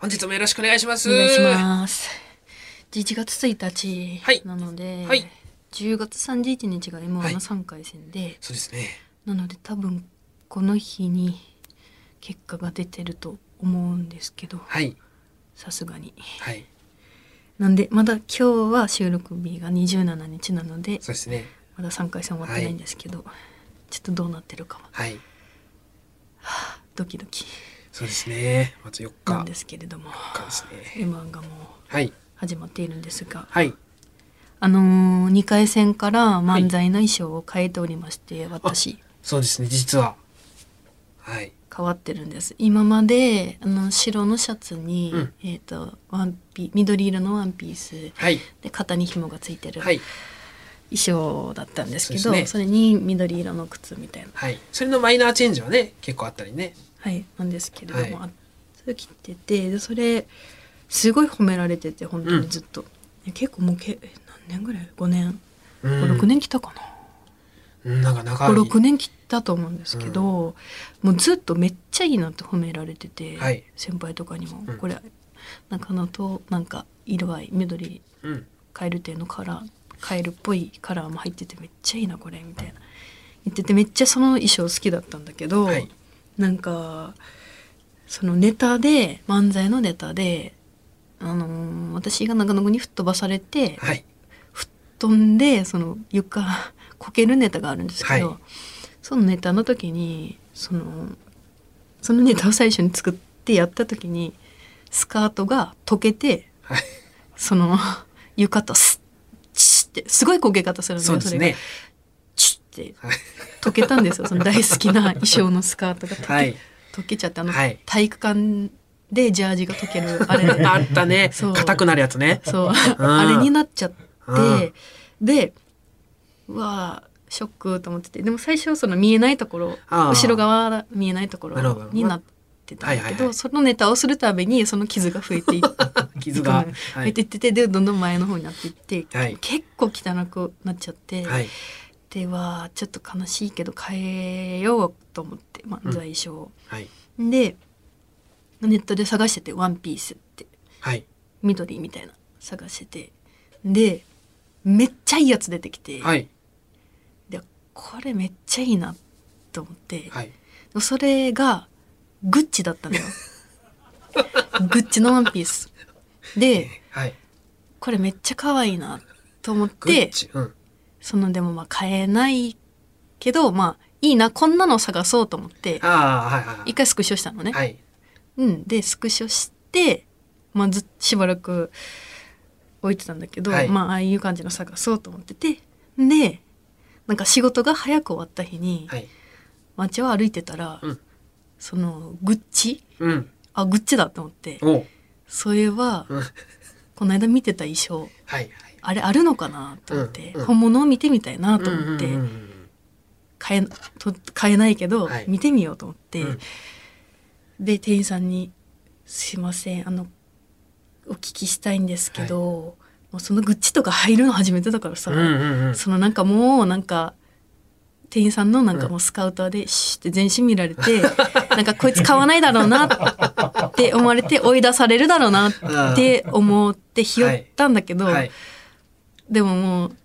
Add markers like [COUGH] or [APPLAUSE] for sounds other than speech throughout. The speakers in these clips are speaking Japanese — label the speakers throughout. Speaker 1: 本日もよろしくお願いします。
Speaker 2: お願いします。11月1
Speaker 1: はい
Speaker 2: 日なので、
Speaker 1: はい
Speaker 2: 10月31日が M1
Speaker 1: はい
Speaker 2: の3回戦で、
Speaker 1: そうですね。
Speaker 2: なので多分この日に結果が出てると思うんですけど、
Speaker 1: はい。
Speaker 2: さすがに。
Speaker 1: はい。
Speaker 2: なんでまだ今日は収録日が27日なので、
Speaker 1: そうですね。
Speaker 2: まだ3回戦終わってないんですけど、ちょっとどうなってるかは
Speaker 1: はい。
Speaker 2: ドキドキ
Speaker 1: そうですね。まず4日。
Speaker 2: なんですけれども、
Speaker 1: 4日ですね。
Speaker 2: M1 がもう
Speaker 1: はい。
Speaker 2: 始まっているんですが、
Speaker 1: はい。
Speaker 2: あのー、2回戦から漫才の衣装を変えておりまして、私
Speaker 1: そうですね。実は。はい。
Speaker 2: 変わってるんです今まであの白のシャツに、
Speaker 1: うん
Speaker 2: えー、とワンピ緑色のワンピース
Speaker 1: はい。
Speaker 2: で肩に紐がついてる
Speaker 1: は
Speaker 2: 衣
Speaker 1: い。
Speaker 2: 装だったんですけど、
Speaker 1: そ
Speaker 2: そう
Speaker 1: ですね
Speaker 2: れに緑色の靴みたいな、
Speaker 1: はい。それのマイナーチェンジはね、結構あったりね。
Speaker 2: はい、なんですけれども、
Speaker 1: は
Speaker 2: あそれ着ててでそれすごい褒められてて本当
Speaker 1: う
Speaker 2: に
Speaker 1: ん
Speaker 2: ずっと、いや結構もうけ何年ぐらい5年
Speaker 1: うん
Speaker 2: 56年来たかな、
Speaker 1: うんなんか長い。
Speaker 2: 56年切ったと思うんですけど、もうずっとめっちゃいいなって褒められてて、
Speaker 1: はい
Speaker 2: 先輩とかにも、
Speaker 1: うん
Speaker 2: これなんかあのとなんか色合い緑
Speaker 1: うん。
Speaker 2: カエル亭のカラーカエルっぽいカラーも入っててめっちゃいいなこれみたいな言っててめっちゃその衣装好きだったんだけど、
Speaker 1: はい
Speaker 2: なんかそのネタで漫才のネタで、あのー私が中野くんに吹っ飛ばされて、
Speaker 1: はい。
Speaker 2: 飛んでその床こけるネタがあるんですけど、
Speaker 1: はい
Speaker 2: そのネタの時にそのそのネタを最初に作ってやった時にスカートが溶けて
Speaker 1: はい。
Speaker 2: その [LAUGHS] 床とスッチッってすごいこけ方するんです
Speaker 1: そう
Speaker 2: よ
Speaker 1: で
Speaker 2: そ
Speaker 1: す
Speaker 2: れ
Speaker 1: ね
Speaker 2: が。チッって
Speaker 1: はい。
Speaker 2: 溶けたんですよその大好きな衣装のスカートが溶け,、
Speaker 1: はい。
Speaker 2: 溶けちゃってあの
Speaker 1: はい
Speaker 2: 体育館でジャージが溶けるあれ
Speaker 1: [LAUGHS] あったね。
Speaker 2: そう
Speaker 1: 硬くなるやつね。
Speaker 2: そう、あれになっちゃって
Speaker 1: うん
Speaker 2: でうわあショックと思っててでも最初はその見えないところ
Speaker 1: あー
Speaker 2: 後ろ側見えないとこ
Speaker 1: なるほど
Speaker 2: ろになってたんだけど、
Speaker 1: はいはいはい
Speaker 2: そのネタをするたびにその傷が増えてい
Speaker 1: [LAUGHS] 傷が。
Speaker 2: 増
Speaker 1: は
Speaker 2: え
Speaker 1: い
Speaker 2: て。いっててでどんどん前の方になっていって、
Speaker 1: はい
Speaker 2: 結構汚くなっちゃって、
Speaker 1: はい。
Speaker 2: ではちょっと悲しいけど変えようと思って漫才衣装を、
Speaker 1: はい。
Speaker 2: でネットで探してて「ワンピースって
Speaker 1: はい。
Speaker 2: 緑みたいな探しててでめっちゃいいやつ出てきて、
Speaker 1: はい。
Speaker 2: でこれめっちゃいいなと思って、
Speaker 1: はい。
Speaker 2: それがグッチ
Speaker 1: [LAUGHS]
Speaker 2: だったのよグッチのワンピースで
Speaker 1: はい。
Speaker 2: これめっちゃ可愛いなと思っ
Speaker 1: グッ
Speaker 2: て
Speaker 1: チ。うん。
Speaker 2: そのでもまあ買えないけどまあいいなこんなの探そうと思って
Speaker 1: ああ、はいはいはい。
Speaker 2: 一回スクショしたのね、
Speaker 1: はい。
Speaker 2: うん、でスクショして、まあ、ずっしばらく置いてたんだけど、
Speaker 1: はい
Speaker 2: まあああいう感じの探そうと思っててでなんか仕事が早く終わった日に
Speaker 1: はい。
Speaker 2: 街を歩いてたら、
Speaker 1: うん
Speaker 2: そのグッチ
Speaker 1: うん。
Speaker 2: あグッチだと思って
Speaker 1: おう。
Speaker 2: それは
Speaker 1: うん。はい。
Speaker 2: この間見てた衣装
Speaker 1: はい。
Speaker 2: あれあるのかなと思って、
Speaker 1: うんうん
Speaker 2: 本物を見てみたいなと思って、
Speaker 1: うんうんうんうん
Speaker 2: 買えと買えないけど、
Speaker 1: はい
Speaker 2: 見てみようと思って、
Speaker 1: うん
Speaker 2: で店員さんに「すいませんあのお聞きしたいんですけど、もうその愚痴とか入るの初めてだからさ、
Speaker 1: うんうんうん。
Speaker 2: そのなんかもうなんか店員さんのなんか
Speaker 1: うん
Speaker 2: もうスカウターでシュッて全身見ら
Speaker 1: [LAUGHS]
Speaker 2: れてなんかこいつ買わないだろうなって思われて追い出されるだろうな
Speaker 1: [LAUGHS]
Speaker 2: って思ってひよったんだけど、
Speaker 1: はい。
Speaker 2: でももう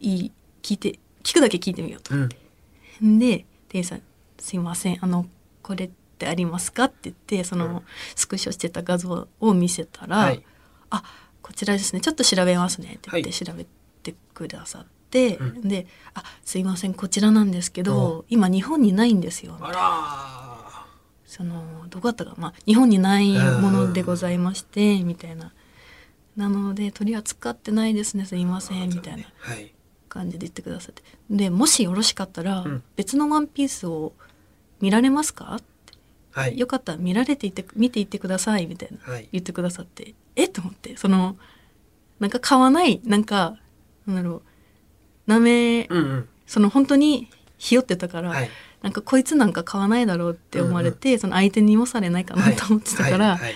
Speaker 2: いい聞いて聞くだけ聞いてみようと。
Speaker 1: うん。
Speaker 2: で店員さん「すいませんあのこれってありますか?」って言ってその、
Speaker 1: うん
Speaker 2: スクショしてた画像を見せたら「
Speaker 1: はい。
Speaker 2: あこちらですねちょっと調べますね」って言って
Speaker 1: は
Speaker 2: 調べてくださって、
Speaker 1: う
Speaker 2: で「あすいませんこちらなんですけど、今日本にないんですよ」
Speaker 1: あ
Speaker 2: そのどこだったか、まあ、日本にないものでございましてみたいな。なので取り扱ってないですねすいません
Speaker 1: ら。
Speaker 2: みたいな
Speaker 1: はい。
Speaker 2: 感じで言ってくださってでもしよろしかったら、
Speaker 1: うん
Speaker 2: 別のワンピースを見られますか、
Speaker 1: はい。
Speaker 2: よかったら見られていて見ていってくださいみたいな、
Speaker 1: はい
Speaker 2: 言ってくださってえと思ってそのなんか買わないなんかなんだろうなめ、
Speaker 1: うんうん。
Speaker 2: その本当にひよってたから、
Speaker 1: はい。
Speaker 2: なんかこいつなんか買わないだろうって思われて、その相手にもされないかなと思ってたから、
Speaker 1: はいはい。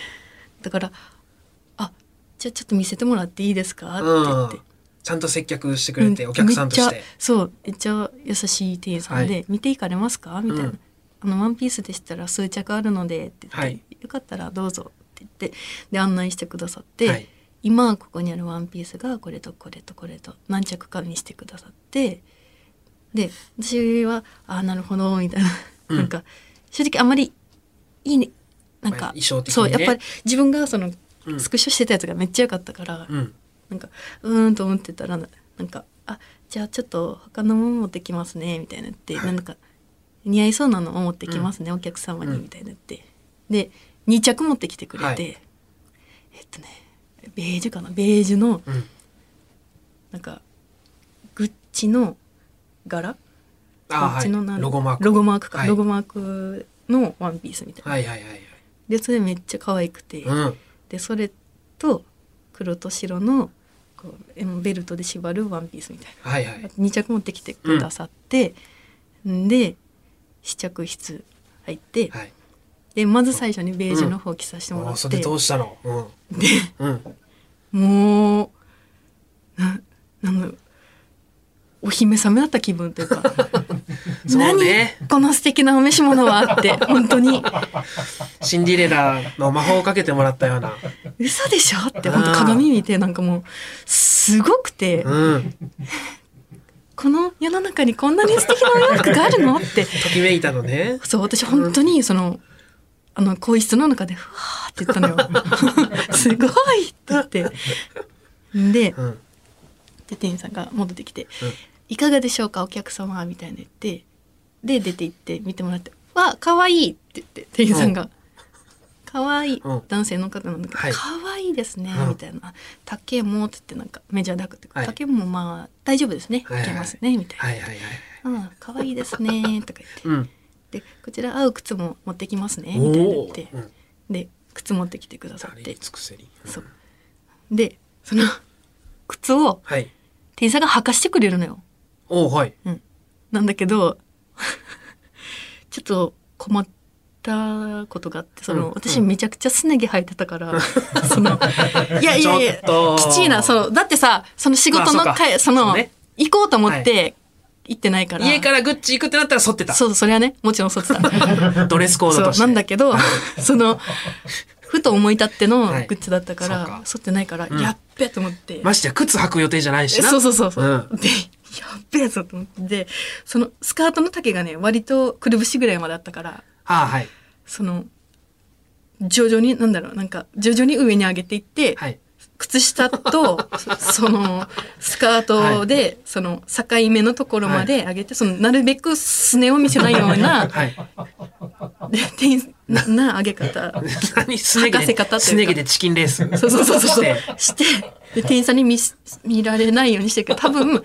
Speaker 2: だから「あじゃあちょっと見せてもらっていいですか?」って言っ
Speaker 1: う
Speaker 2: て
Speaker 1: ん。ちゃんと接客してくれて、
Speaker 2: うん
Speaker 1: お客さんとし
Speaker 2: め
Speaker 1: て
Speaker 2: っちゃ。そうめっちゃ優しい店員さんで「
Speaker 1: は
Speaker 2: 見ていかれますか?」みたいな、
Speaker 1: うん
Speaker 2: あの「ワンピースでしたら数着あるので」って言って、
Speaker 1: はい
Speaker 2: よかったらどうぞ」って言ってで案内してくださって、
Speaker 1: はい
Speaker 2: 今ここにあるワンピースがこれとこれとこれと何着かにしてくださってで私は「ああなるほど」みたいな、
Speaker 1: うん
Speaker 2: なんか正直あまりいいねなん
Speaker 1: まあ
Speaker 2: か、
Speaker 1: 衣装的に
Speaker 2: そう
Speaker 1: ね
Speaker 2: やっぱり自分がその
Speaker 1: うん
Speaker 2: スクショしてたやつがめっちゃ良かったから、
Speaker 1: うん
Speaker 2: なんかうーんと思ってたらなんか「あじゃあちょっと他のもの持ってきますね」みたいになって、
Speaker 1: はい
Speaker 2: なんか似合いそうなのを持ってきますね、お客様にみたいになって、で2着持ってきてくれて、
Speaker 1: はい
Speaker 2: えっとねベージュかなベージュの
Speaker 1: うん
Speaker 2: なんかグッチの柄
Speaker 1: あ
Speaker 2: こっちのなん
Speaker 1: ロゴマーク
Speaker 2: ロゴマークか、
Speaker 1: はい
Speaker 2: ロゴマークのワンピースみたいな、
Speaker 1: はいはいはいはい
Speaker 2: でそれめっちゃ可愛くて、
Speaker 1: うん
Speaker 2: でそれと黒と白のこうえベルトで縛るワンピースみたいな。
Speaker 1: はいはい
Speaker 2: 2着持ってきてくださって、ん、で試着室入って、
Speaker 1: はい
Speaker 2: でまず最初にベージュの方着させてもら
Speaker 1: お
Speaker 2: っ
Speaker 1: そ
Speaker 2: て、
Speaker 1: れどうしたのうん
Speaker 2: で
Speaker 1: うん
Speaker 2: もうななんだろうお姫様だった気分というか
Speaker 1: [LAUGHS] そうね
Speaker 2: 何この素敵なお召し物はって本当に
Speaker 1: シンデレラの魔法をかけてもらったような
Speaker 2: 嘘でしょって本当鏡見てなんかもうすごくて、
Speaker 1: うん
Speaker 2: この世の中にこんなに素敵なお洋服があるのって
Speaker 1: ときめいたのね
Speaker 2: そう私本当にその、あの更衣室の中で「ふわー」って言ったの
Speaker 1: [LAUGHS]
Speaker 2: よ「すごい!」って言ってで
Speaker 1: うん
Speaker 2: で店員さんが戻ってきて
Speaker 1: うん
Speaker 2: 「いかがでしょうかお客様」みたいな言ってで出て行って見てもらって「わかわいい!」って言って店員さんが「かわいい
Speaker 1: うん」
Speaker 2: 男性の方なんだけど「
Speaker 1: はい
Speaker 2: かわいいですね
Speaker 1: う」ん
Speaker 2: みたいな「竹も」って言ってなんかメジャーなくて「
Speaker 1: はい
Speaker 2: 竹もまあ大丈夫ですねい
Speaker 1: はいはい
Speaker 2: けますね」みたいな
Speaker 1: はいはいはい
Speaker 2: 「うんかわいいですね」とか言って。
Speaker 1: うん
Speaker 2: でこちら合う靴も持ってきますね
Speaker 1: お
Speaker 2: みたいな言っ
Speaker 1: お
Speaker 2: て
Speaker 1: ーうん
Speaker 2: で靴持ってきてくださ
Speaker 1: あ
Speaker 2: っ
Speaker 1: れ
Speaker 2: て
Speaker 1: につくせりうん
Speaker 2: そうでその [LAUGHS] 靴を
Speaker 1: はい
Speaker 2: 店員さんが履かしてくれるのよ
Speaker 1: おーはい
Speaker 2: なんだけど [LAUGHS] ちょっと困ったことがあってその、
Speaker 1: うん
Speaker 2: 私
Speaker 1: うん
Speaker 2: めちゃくちゃすね毛履いてたから
Speaker 1: [LAUGHS]
Speaker 2: そのいやいやいや
Speaker 1: ちょっと
Speaker 2: きちいなそうだってさその仕事の
Speaker 1: まあそうか
Speaker 2: 会その
Speaker 1: そうね
Speaker 2: 行こうと思って行ってないから、
Speaker 1: 家からグッチ行くってなったら剃ってた
Speaker 2: そうそれはねもちろんそうってた
Speaker 1: ドレスコード
Speaker 2: そ
Speaker 1: と
Speaker 2: う
Speaker 1: して
Speaker 2: なんだけどそのふと思い立っての
Speaker 1: はい
Speaker 2: グッズだったから、
Speaker 1: そうか
Speaker 2: 剃ってないから、
Speaker 1: うん
Speaker 2: やっべと思って、
Speaker 1: ましてや靴履く予定じゃないし
Speaker 2: え
Speaker 1: な
Speaker 2: そうそうそうそう、
Speaker 1: う
Speaker 2: でやっべえぞと思ってでそのスカートの丈がね割とくるぶしぐらいまであったから
Speaker 1: あーはい
Speaker 2: その徐々になんだろうなんか徐々に上に上げていって、
Speaker 1: はい
Speaker 2: 靴
Speaker 1: [LAUGHS]
Speaker 2: 下とそそのスカートで、その境目のところまで上げて、そのなるべくすねを見せないよう
Speaker 1: [LAUGHS]
Speaker 2: な
Speaker 1: はい
Speaker 2: で店員なな上げ方
Speaker 1: 何すね
Speaker 2: 博
Speaker 1: 毛
Speaker 2: 士方というか
Speaker 1: で、すね毛でチキンレー [LAUGHS] ス。
Speaker 2: そうそうそうそう。
Speaker 1: して
Speaker 2: して、で店員さんに見し見られないようにしてるけど、多分、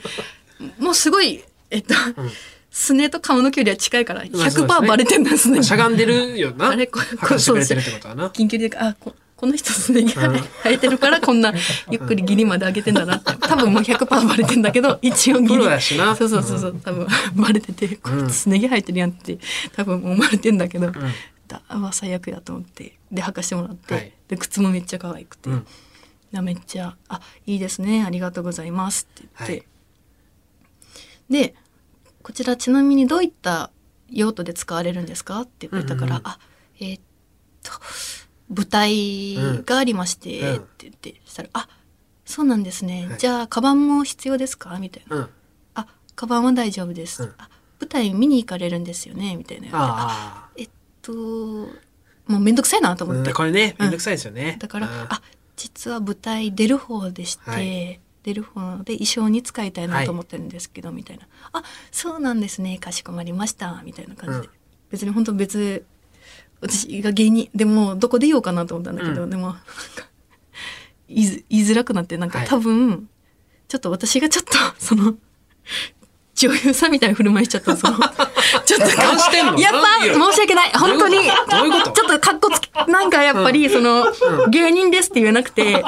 Speaker 2: もうすごい、えっと、
Speaker 1: うん
Speaker 2: すねと顔の距離は近いから、
Speaker 1: まあそうです
Speaker 2: 100%
Speaker 1: ね
Speaker 2: バレてんだ、すね。
Speaker 1: しゃがんでるよな。
Speaker 2: あれこ
Speaker 1: 博士してくれてるってことはな。
Speaker 2: 緊急で、あ、ここの人すね毛
Speaker 1: うん
Speaker 2: 生えてるから、こんな、ゆっくりギリまで上げてんだなって。多分もう100%バレてんだけど、一応ギリ。
Speaker 1: プロやしな
Speaker 2: そうそうそうそう、多分、バレてて、こいつすね毛生えてるやんって、多分思われてんだけど、
Speaker 1: うん
Speaker 2: だわ、最悪やと思って。で、履かしてもらって、
Speaker 1: はい
Speaker 2: で、靴もめっちゃ可愛くて。
Speaker 1: うん。
Speaker 2: いやめっちゃ「あいいですねありがとうございます」って言って、
Speaker 1: はい
Speaker 2: で「こちらちなみにどういった用途で使われるんですか?」って言われたから
Speaker 1: う
Speaker 2: 「
Speaker 1: んうんうん
Speaker 2: あえーっと舞台がありまして」
Speaker 1: うんうん
Speaker 2: って言ってしたら「あそうなんですね、
Speaker 1: はい
Speaker 2: じゃあカバンも必要ですか?」みたいな
Speaker 1: うん。
Speaker 2: 「あカバンは大丈夫です」
Speaker 1: うん
Speaker 2: あ舞台見に行かれるんですよね」みたいなあ
Speaker 1: あ
Speaker 2: えっともうめんどくさいなと
Speaker 1: あ。
Speaker 2: 思っ
Speaker 1: う
Speaker 2: て
Speaker 1: んこれね、めんどくさいですよね。
Speaker 2: だから、
Speaker 1: うん
Speaker 2: あ実は舞台出る方でして、
Speaker 1: はい
Speaker 2: 出る方で衣装に使いたい
Speaker 1: は
Speaker 2: ないと思ってるんですけど、みたいな「あそうなんですねかしこまりました」みたいな感じで、
Speaker 1: うん
Speaker 2: 別に本当別私が芸人でもどこで言おうかなと思ったんだけど、
Speaker 1: うん
Speaker 2: でもなんか言いづ言いづらくなってなんか、
Speaker 1: はい
Speaker 2: 多分ちょっと私がちょっとその。女優さんみたいな振る舞いしちゃっ
Speaker 1: [LAUGHS]
Speaker 2: たそのちょっと
Speaker 1: 何してんの
Speaker 2: やっぱ
Speaker 1: 何よ
Speaker 2: 申し訳ない本当に
Speaker 1: どういうことどういうこと
Speaker 2: ちょっとかっこつけなんかやっぱりその、芸人ですって言えなくて、そのっ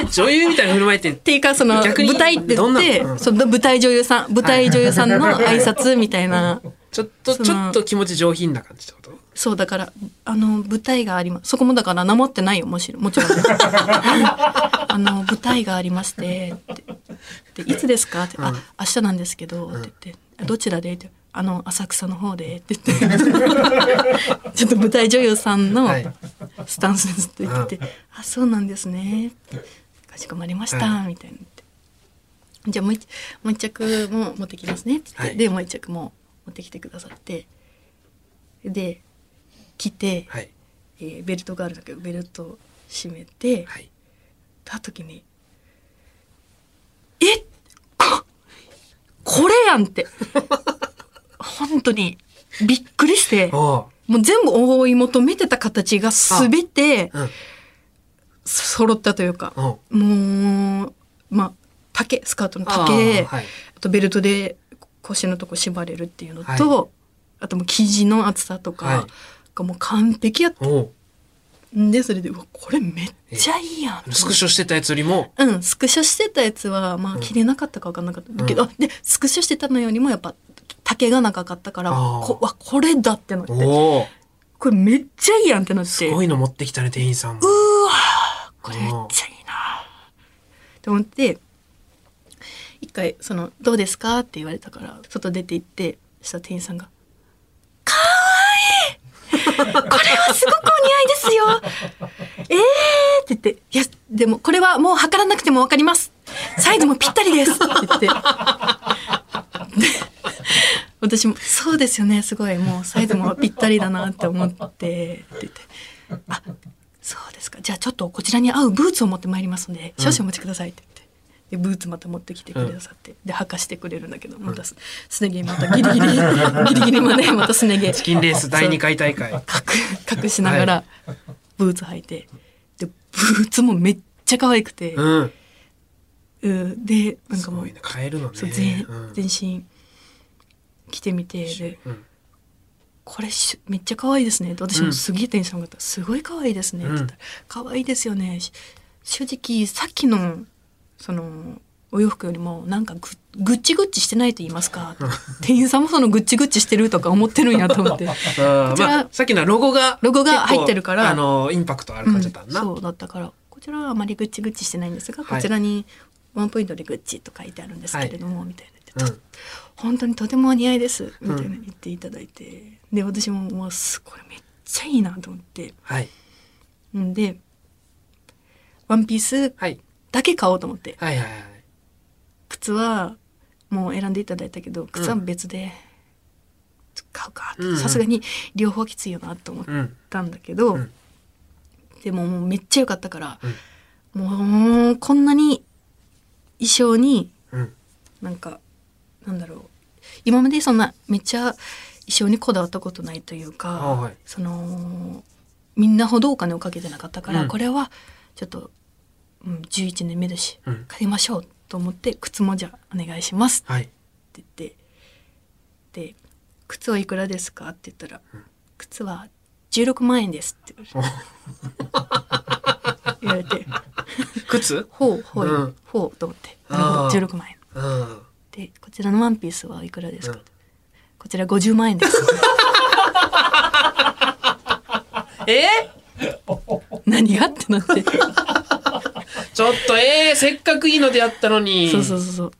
Speaker 1: え女優みたいな振る舞いって、
Speaker 2: ていうかその
Speaker 1: 逆に
Speaker 2: 舞台って
Speaker 1: ど
Speaker 2: 言
Speaker 1: んな
Speaker 2: って、
Speaker 1: うん
Speaker 2: その舞台女優さん舞台女優さんの挨拶みたいな、
Speaker 1: ちょっと、
Speaker 2: その
Speaker 1: ちょっと気持ち上品な感じってこと
Speaker 2: そうだからあの舞台がありますそこもだから名もってないよもちろん [LAUGHS] もちろんあの舞台がありましてってでいつですかって、あ明日なんですけどって言ってどちらでってあの浅草の方で」って言って「 [LAUGHS] ちょっと舞台女優さんの
Speaker 1: はい
Speaker 2: スタンスです」って言って「あそうなんですね」って「かしこまりました」
Speaker 1: は
Speaker 2: みたいなって「じゃあもう一もう一着も持ってきますね」って言って、
Speaker 1: はい
Speaker 2: でもう一着も持ってきてくださってで着て、
Speaker 1: はい
Speaker 2: えーベルトがあるんだけどベルトを締めて。
Speaker 1: はい
Speaker 2: た時に「えここれやん!」
Speaker 1: [LAUGHS]
Speaker 2: って本当にびっくりして
Speaker 1: おお
Speaker 2: もう全部追い求めてた形が全て
Speaker 1: うん
Speaker 2: そ揃ったというか
Speaker 1: おう
Speaker 2: もうまあ丈スカートの丈
Speaker 1: あーはい
Speaker 2: あとベルトで腰のとこ縛れるっていうのと、
Speaker 1: は
Speaker 2: あともう生地の厚さとか
Speaker 1: は
Speaker 2: がもう完璧やっ
Speaker 1: おう
Speaker 2: でそれで「うわこれめっちゃいいやん」と思って
Speaker 1: スクショしてたやつよりも
Speaker 2: うん、スクショしてたやつは、まあ、
Speaker 1: ん
Speaker 2: 切れなかったか分かんなかった、
Speaker 1: ん
Speaker 2: だけど、あで、スクショしてたのよりも、やっぱ、丈が長かったから、
Speaker 1: あー
Speaker 2: こ、わ、これだってなって、
Speaker 1: おお
Speaker 2: これめっちゃいいやんってなって、
Speaker 1: すごいの持ってきたね店員さんも
Speaker 2: これめっちゃいいなと思って、一回、その、どうですかって言われたから、外出て行って、したら店員さんが、かわ [LAUGHS] いいこれはすごくお似合いですよええー、って言って、いや、でもこれはもう測らなくてもわかります。サイズもぴったりですって言って。で私も、そうですよね、すごい、もうサイズもぴったりだなって思って、って言って。あ、そうですか。じゃあちょっとこちらに合うブーツを持ってまいりますので、少々お待ちくださいって言って。でブーツまた持ってきてくださって、で履かしてくれるんだけどまたすすね毛またギリギリギリギリまでまたすね毛
Speaker 1: チキンレース第2回大会
Speaker 2: 隠隠しながらブーツ履いて、でブーツもめっちゃ可愛くて、
Speaker 1: うん
Speaker 2: うんでなん
Speaker 1: す
Speaker 2: かもう
Speaker 1: ごいね買えるのね
Speaker 2: そう全,、
Speaker 1: うん
Speaker 2: 全身着てみてで
Speaker 1: うん
Speaker 2: これしめっちゃ可愛いですねって私
Speaker 1: う
Speaker 2: も
Speaker 1: ん
Speaker 2: すげえテンション上がった、すごい可愛いですねって
Speaker 1: うん
Speaker 2: 言ったら、可愛いですよねし正直さっきのそのお洋服よりもなんかぐぐっちぐっちしてないと言います
Speaker 1: [LAUGHS]
Speaker 2: か店員さんもそのぐっちぐっちしてるとか思ってるんやと
Speaker 1: [LAUGHS]
Speaker 2: 思って。
Speaker 1: あ
Speaker 2: こ
Speaker 1: ー
Speaker 2: ちら
Speaker 1: まあ、さっきのはロゴが
Speaker 2: ロゴが入ってるから
Speaker 1: 結構あのインパクトある感じだったな、
Speaker 2: うんそうだったからこちらはあまりぐっちぐっちしてないんですが、
Speaker 1: はい
Speaker 2: こちらにワンポイントでぐっちと書いてあるんですけれども、みたいな
Speaker 1: う
Speaker 2: 言って、
Speaker 1: ん
Speaker 2: 本当にとてもお似合いですみたいな言っていただいて、で私ももうすこれめっちゃいいなと思って
Speaker 1: はい
Speaker 2: んでワンピース
Speaker 1: はい
Speaker 2: だけ買おうと思って
Speaker 1: はいはいはい
Speaker 2: 靴はもう選んでいただいたけど靴は別で買うかって
Speaker 1: うん
Speaker 2: さすがに両方きついよなと思って
Speaker 1: うん
Speaker 2: ったんだけど、
Speaker 1: うん
Speaker 2: でももうめっちゃ良かったから、もうこんなに衣装に
Speaker 1: うん
Speaker 2: なんかなんだろう今までそんなめっちゃ衣装にこだわったことないというか、
Speaker 1: あはい
Speaker 2: そのみんなほどお金をかけてなかったから、
Speaker 1: うん
Speaker 2: これはちょっと、うん、11年目だし、
Speaker 1: うん
Speaker 2: 借りましょうと思って靴もじゃあお願いします
Speaker 1: はい
Speaker 2: って言ってで「靴はいくらですか?」って言ったら「靴は16万円です」って言われて言われて
Speaker 1: [LAUGHS] 靴
Speaker 2: 「ほうほう、
Speaker 1: うん
Speaker 2: ほう」と思って「
Speaker 1: あー
Speaker 2: なるほど16万円
Speaker 1: うん」
Speaker 2: で「こちらのワンピースはいくらですか
Speaker 1: うん
Speaker 2: こちら50万円です。
Speaker 1: [LAUGHS] え
Speaker 2: 何がってなって。
Speaker 1: ー、ちょっとえー、せっかくいいのでやったのに
Speaker 2: そうそうそうそう。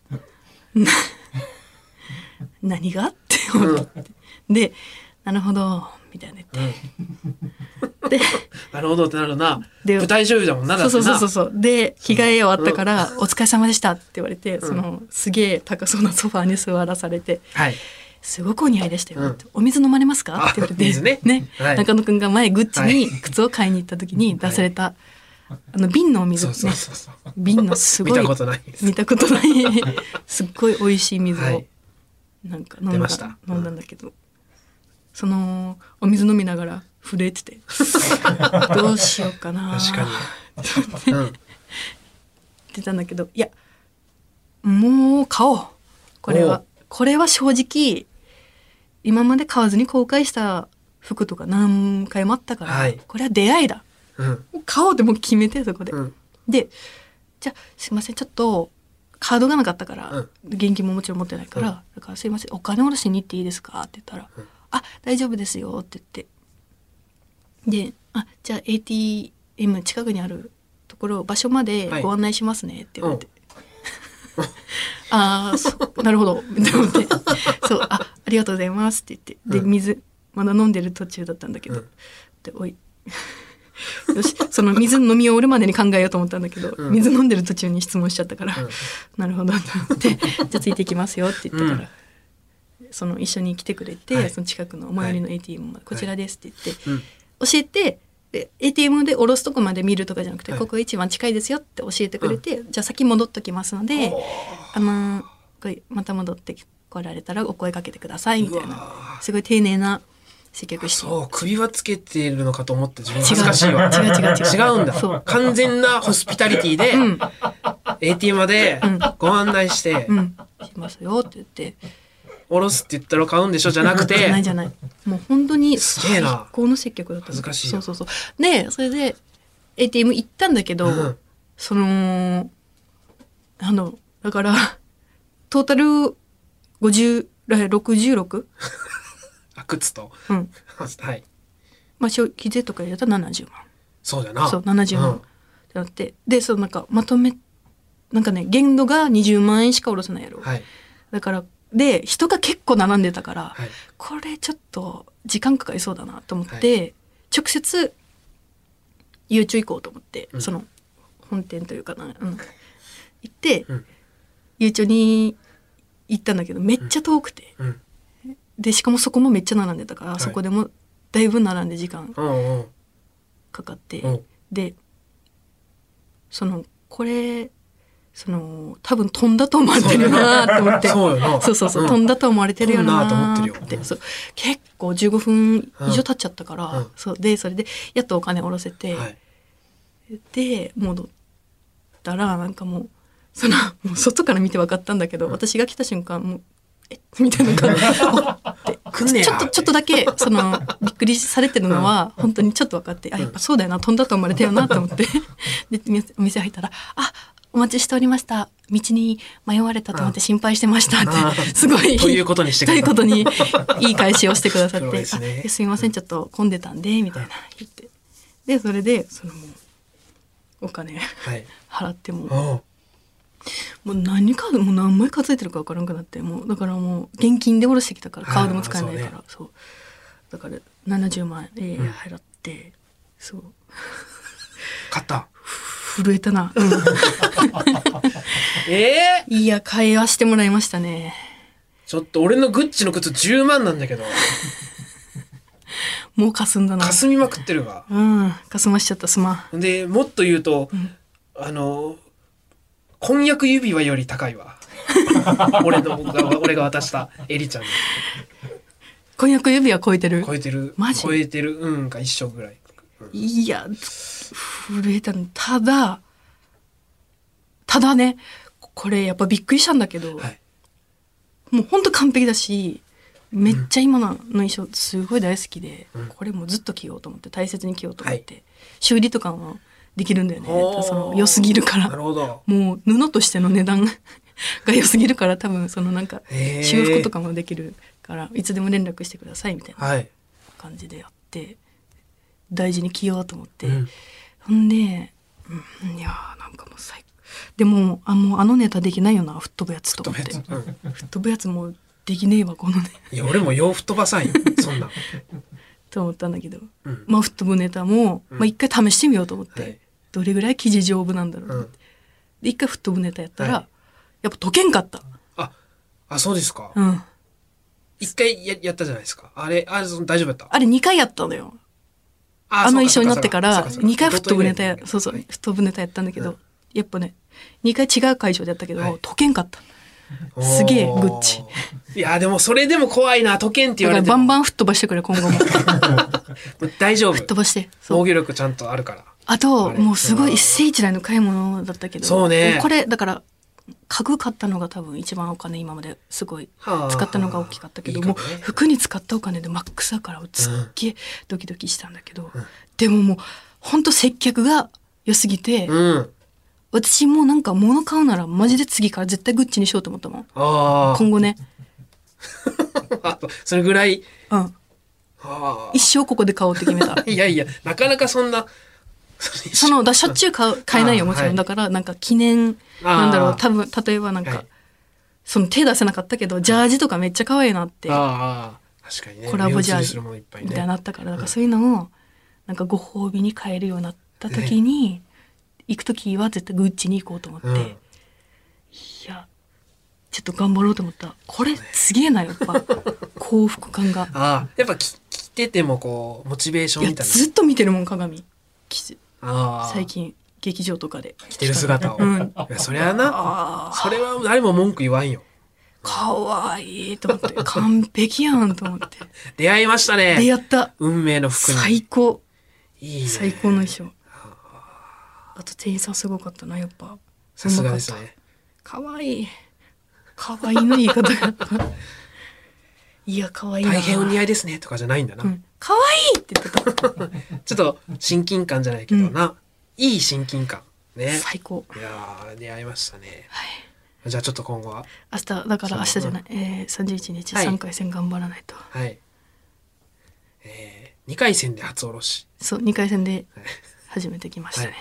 Speaker 2: な何がって思って。で、なるほど、みたいな言って。で、
Speaker 1: なるほどってなるな
Speaker 2: で
Speaker 1: 舞台女優だもんなだ
Speaker 2: そ
Speaker 1: っ
Speaker 2: う
Speaker 1: て
Speaker 2: そう
Speaker 1: な
Speaker 2: そうそうそうで着替え終わったから「お疲れ様でした」って言われて、
Speaker 1: ん
Speaker 2: そのすげえ高そうなソファーに座らされて
Speaker 1: はい
Speaker 2: 「すごくお似合いでしたよ」
Speaker 1: うん
Speaker 2: ってお水飲まれますか?」って言われて
Speaker 1: あ水ねはい
Speaker 2: 中野くんが前グッチに靴を買いに行った時に出された、あの瓶のお水
Speaker 1: そ
Speaker 2: ね
Speaker 1: うそうそうそう
Speaker 2: 瓶のすごい
Speaker 1: 見たことないです
Speaker 2: 見たことないすっごい美味しい水
Speaker 1: は
Speaker 2: を
Speaker 1: い
Speaker 2: なんか飲
Speaker 1: 出
Speaker 2: ん
Speaker 1: ま
Speaker 2: だ
Speaker 1: した
Speaker 2: 飲んだんだけど、そのお水飲みながら震えて
Speaker 1: [LAUGHS]
Speaker 2: てどうしようかな
Speaker 1: 確かに、うん、
Speaker 2: ってたんだけどいやもう買おうこれ
Speaker 1: お
Speaker 2: は
Speaker 1: う
Speaker 2: これは正直今まで買わずに後悔した服とか何回もあったから、
Speaker 1: はい
Speaker 2: これは出会いだ
Speaker 1: うん
Speaker 2: もう買おうってもう決めてそこで、
Speaker 1: うん
Speaker 2: でじゃあすいませんちょっとカードがなかったから、
Speaker 1: うん
Speaker 2: 現金ももちろん持ってないから、だからすいませんお金下ろしに行っていいですかって言ったら、
Speaker 1: うん
Speaker 2: あ大丈夫ですよって言ってであじゃあ ATM 近くにあるところ場所まで
Speaker 1: はい
Speaker 2: ご案内しますねって言わ [LAUGHS] れて、ああなるほどって思ってそうあありがとうございます」って言ってで
Speaker 1: うん
Speaker 2: 水まだ飲んでる途中だったんだけど、
Speaker 1: うん
Speaker 2: でおい [LAUGHS] よしその水飲み終わるまでに考えようと思ったんだけど、
Speaker 1: うん
Speaker 2: 水飲んでる途中に質問しちゃったから、
Speaker 1: うん
Speaker 2: なるほどと思って「じ [LAUGHS] ゃあついていきますよ」って言ったから、その一緒に来てくれて、
Speaker 1: はい
Speaker 2: その近くの最寄りの ATM まで「こちらです」って言って、
Speaker 1: うん
Speaker 2: 教えてで ATM で下ろすとこまで見るとかじゃなくて、
Speaker 1: はい
Speaker 2: ここ一番近いですよって教えてくれて、じゃあ先戻っときますので、あのーこれまた戻って来られたらお声かけてくださいみたいうな
Speaker 1: わ
Speaker 2: すごい丁寧な接客して
Speaker 1: そう、首輪つけてるのかと思って自分
Speaker 2: 違う
Speaker 1: 恥ずかしいわ。
Speaker 2: 違う違う違
Speaker 1: 違う
Speaker 2: う
Speaker 1: ん
Speaker 2: そう
Speaker 1: だ。完全なホスピタリティで、
Speaker 2: うん
Speaker 1: ATM まで
Speaker 2: うん
Speaker 1: ご案内して
Speaker 2: う、んしますよって言って
Speaker 1: おろすって言ったら買うんでしょじゃなく
Speaker 2: じゃない
Speaker 1: て、
Speaker 2: じゃないもう本当に
Speaker 1: すげえ
Speaker 2: 最
Speaker 1: な
Speaker 2: 高の接客だった
Speaker 1: 恥ずかしい
Speaker 2: そう
Speaker 1: よ
Speaker 2: そうそうでそれで ATM 行ったんだけど、
Speaker 1: うん
Speaker 2: そのあのだからトータル50ら66、
Speaker 1: あ、靴
Speaker 2: [LAUGHS]
Speaker 1: と。
Speaker 2: うん
Speaker 1: はい。
Speaker 2: まあ、消費税とか入れたら70万
Speaker 1: そうだな。
Speaker 2: そう70万
Speaker 1: う
Speaker 2: っ
Speaker 1: ん
Speaker 2: てなってでそのなんかまとめなんかね限度が20万円しか下ろせないやろ、
Speaker 1: はい。
Speaker 2: だからで人が結構並んでたから、
Speaker 1: はい。
Speaker 2: これちょっと時間かかりそうだなと思って、直接ゆうちょ行こうと思って、
Speaker 1: うん
Speaker 2: その本店というかな、うん、行って、
Speaker 1: うん
Speaker 2: ゆうちょに行ったんだけどめっちゃ遠くて、
Speaker 1: うん。
Speaker 2: でしかもそこもめっちゃ並んでたから、
Speaker 1: い
Speaker 2: そこでもだいぶ並んで時間
Speaker 1: うんうん。
Speaker 2: かかって、 [LAUGHS]
Speaker 1: うん
Speaker 2: でそのこれその多分飛んだと思われてるなーって思って
Speaker 1: そうよな。
Speaker 2: [LAUGHS] そうそうそう、
Speaker 1: ん
Speaker 2: 飛んだと思われてるよな
Speaker 1: 飛んだと思
Speaker 2: ー
Speaker 1: ってるようん
Speaker 2: そう結構15分以上経っちゃったから、
Speaker 1: うんうん
Speaker 2: そうでそれでやっとお金下ろせて、
Speaker 1: はい。
Speaker 2: で戻ったらなんかもうその [LAUGHS] もう外から見て分かったんだけど、私が来た瞬間もう「えみたいな感じで
Speaker 1: [LAUGHS] 来んねや
Speaker 2: ちょっとちょっとだけそのびっくりされてるのは本当にちょっと分かって、あやっぱそうだよな飛んだと思われたよなと思ってでお店入ったら「あお待ちしておりました道に迷われたと思って心配してました」
Speaker 1: あ
Speaker 2: ってすごい
Speaker 1: ということにしてく
Speaker 2: と
Speaker 1: だ
Speaker 2: い
Speaker 1: さ
Speaker 2: う
Speaker 1: い
Speaker 2: ことにいい返しをしてくださっ
Speaker 1: そう
Speaker 2: て「
Speaker 1: ですね
Speaker 2: あすいませんちょっと混んでたんで」みたいな言ってでそれでそのもうお金
Speaker 1: はい。
Speaker 2: 払っても
Speaker 1: おう
Speaker 2: もう何かもう何枚数えてるか分からんくなってもうだからもう現金で下ろしてきたからカードも使えないからそう,、だから70万円
Speaker 1: うん
Speaker 2: 払って、そう
Speaker 1: 買った。
Speaker 2: 震えたな、
Speaker 1: ええ
Speaker 2: いや会話してもらいましたね
Speaker 1: ちょっと俺のグッチの靴10万なんだけど、
Speaker 2: もうかすんだな
Speaker 1: 霞みまくってるわ。
Speaker 2: うんかすましちゃったすまん
Speaker 1: で、もっと言うと、あの、婚約指輪より高い
Speaker 2: [LAUGHS]
Speaker 1: わ。俺の、僕が俺が渡したエリちゃんの
Speaker 2: 婚約指輪超えてる
Speaker 1: 超えてる
Speaker 2: マジ
Speaker 1: 超えてるうんか一緒ぐらい、うん
Speaker 2: いや、震えたの。ただ、ただね、これやっぱびっくりしたんだけど、
Speaker 1: はい
Speaker 2: もうほんと完璧だし、めっちゃ今の衣装すごい大好きで、
Speaker 1: うん
Speaker 2: これもうずっと着ようと思って、大切に着ようと思って、修理とかもできるんだよ
Speaker 1: お
Speaker 2: ね。
Speaker 1: ー
Speaker 2: その良すぎるか
Speaker 1: な
Speaker 2: ら。
Speaker 1: るほど
Speaker 2: もう布としての値段 [LAUGHS] が良すぎるから、多分そのなんか
Speaker 1: へー
Speaker 2: 修復とかもできるから、いつでも連絡してくださいみたいな
Speaker 1: はい、
Speaker 2: 感じでやって、大事に着ようと思って。
Speaker 1: うん
Speaker 2: ほんで、うん、いやーなんかもう最高でもあもうあのネタできないよな吹っ飛ぶやつと思って
Speaker 1: 吹っ飛ぶや
Speaker 2: 吹っ飛ぶやつもうできねえわこのね [LAUGHS]
Speaker 1: いや俺も洋服飛ばさんよ [LAUGHS] そんなん、
Speaker 2: と思ったんだけど、
Speaker 1: うん
Speaker 2: まあ吹っ飛ぶネタも、
Speaker 1: うん
Speaker 2: まあ、一回試してみようと思って、
Speaker 1: はい
Speaker 2: どれぐらい生地丈夫なんだろう、
Speaker 1: うん、
Speaker 2: で一回吹っ飛ぶネタやったら、
Speaker 1: はい
Speaker 2: やっぱ溶けんかった
Speaker 1: ああそうですか
Speaker 2: うん
Speaker 1: 一、回ややったじゃないですかあれあその大丈夫だった
Speaker 2: あれ2回やったのよ
Speaker 1: あそ
Speaker 2: あ
Speaker 1: う
Speaker 2: の
Speaker 1: か
Speaker 2: 衣装になってか
Speaker 1: そう
Speaker 2: ら
Speaker 1: そうか
Speaker 2: 2回吹っ飛ぶネタや
Speaker 1: 一昨日
Speaker 2: そうそう
Speaker 1: ぐら
Speaker 2: 吹
Speaker 1: い
Speaker 2: っ飛ぶネタやったんだけど、
Speaker 1: うん
Speaker 2: やっぱね2回違う会場でやったけど、
Speaker 1: はい
Speaker 2: 溶けんかった
Speaker 1: おー
Speaker 2: すげえグッチ
Speaker 1: いやでもそれでも怖いな都県って言
Speaker 2: だ
Speaker 1: われ
Speaker 2: から
Speaker 1: て
Speaker 2: バン
Speaker 1: ン
Speaker 2: バン吹っ飛ばしてくれ
Speaker 1: [LAUGHS]
Speaker 2: 今後も吹っ
Speaker 1: 大丈
Speaker 2: 飛
Speaker 1: 夫
Speaker 2: ばしてそう
Speaker 1: 防御力ちゃんとあるから
Speaker 2: あと
Speaker 1: あれ
Speaker 2: もうすご
Speaker 1: う
Speaker 2: い
Speaker 1: ん
Speaker 2: 一世一代の買い物だったけど
Speaker 1: そうね
Speaker 2: これだから家具買ったのが多分一番お金今まですごい
Speaker 1: はあ
Speaker 2: 使ったのが大きかったけど
Speaker 1: いいか
Speaker 2: も
Speaker 1: も
Speaker 2: う
Speaker 1: ね
Speaker 2: 服に使ったお金でマックスだからすっげえドキドキしたんだけど、でももうほんと接客が良すぎて、
Speaker 1: うん
Speaker 2: 私もなんか物買うならマジで次から絶対グッチにしようと思ったもん
Speaker 1: あ
Speaker 2: 今後ね、
Speaker 1: ーあとそれぐらい
Speaker 2: うん、
Speaker 1: あ
Speaker 2: 一生ここで買おうって決めた
Speaker 1: ーいやいやなかなかそんな
Speaker 2: そのだしょっちゅう買う買えないよもちろん、
Speaker 1: はい
Speaker 2: だからなんか記念なんだろ
Speaker 1: あ
Speaker 2: う
Speaker 1: ー
Speaker 2: 多分例えばなんか、
Speaker 1: はい
Speaker 2: その手出せなかったけどジャージとかめっちゃ可愛いなって
Speaker 1: ああ確かにね
Speaker 2: コラボジャ
Speaker 1: 目移
Speaker 2: ージ
Speaker 1: りするものいっぱい
Speaker 2: みたいに
Speaker 1: ね
Speaker 2: なったからなんかそういうのをなんかご褒美に買えるようになった時に、行く時は絶対グッチに行こうと思って、
Speaker 1: うん
Speaker 2: いやちょっと頑張ろうと思ったこれすげえなやっぱ幸福感が
Speaker 1: ああやっぱき着ててもこうモチベーショ
Speaker 2: い
Speaker 1: ン
Speaker 2: や
Speaker 1: みたい
Speaker 2: ずっと見てるもん鏡きし
Speaker 1: なああ
Speaker 2: 最近劇場とかで
Speaker 1: 着てる姿を、
Speaker 2: う
Speaker 1: い
Speaker 2: ん
Speaker 1: やそりゃな
Speaker 2: ああ
Speaker 1: それは誰も文句言わんよ
Speaker 2: かわいいと思って完璧やんと思って
Speaker 1: 出会いました
Speaker 2: で
Speaker 1: [LAUGHS] ね
Speaker 2: やった
Speaker 1: 運命の服に
Speaker 2: 最高
Speaker 1: いいね
Speaker 2: 最高の衣装あと店員さんすごかったなやっぱ
Speaker 1: さすがですね
Speaker 2: かわいいかわいいの言い方が [LAUGHS] いやかわいいな
Speaker 1: 大変お似合いですねとかじゃないんだな、
Speaker 2: うん、かわいいって言ってた
Speaker 1: ちょっと親近感じゃないけどな、いい親近感ね
Speaker 2: 最高
Speaker 1: いやー出会いましたね
Speaker 2: はい
Speaker 1: じゃあちょっと今後は
Speaker 2: 明日だから明日じゃない、えー、31日
Speaker 1: はい
Speaker 2: 3回戦頑張らないと、
Speaker 1: はいえー、2回戦で初おろし
Speaker 2: そう2回戦で初めてきましたね、
Speaker 1: はい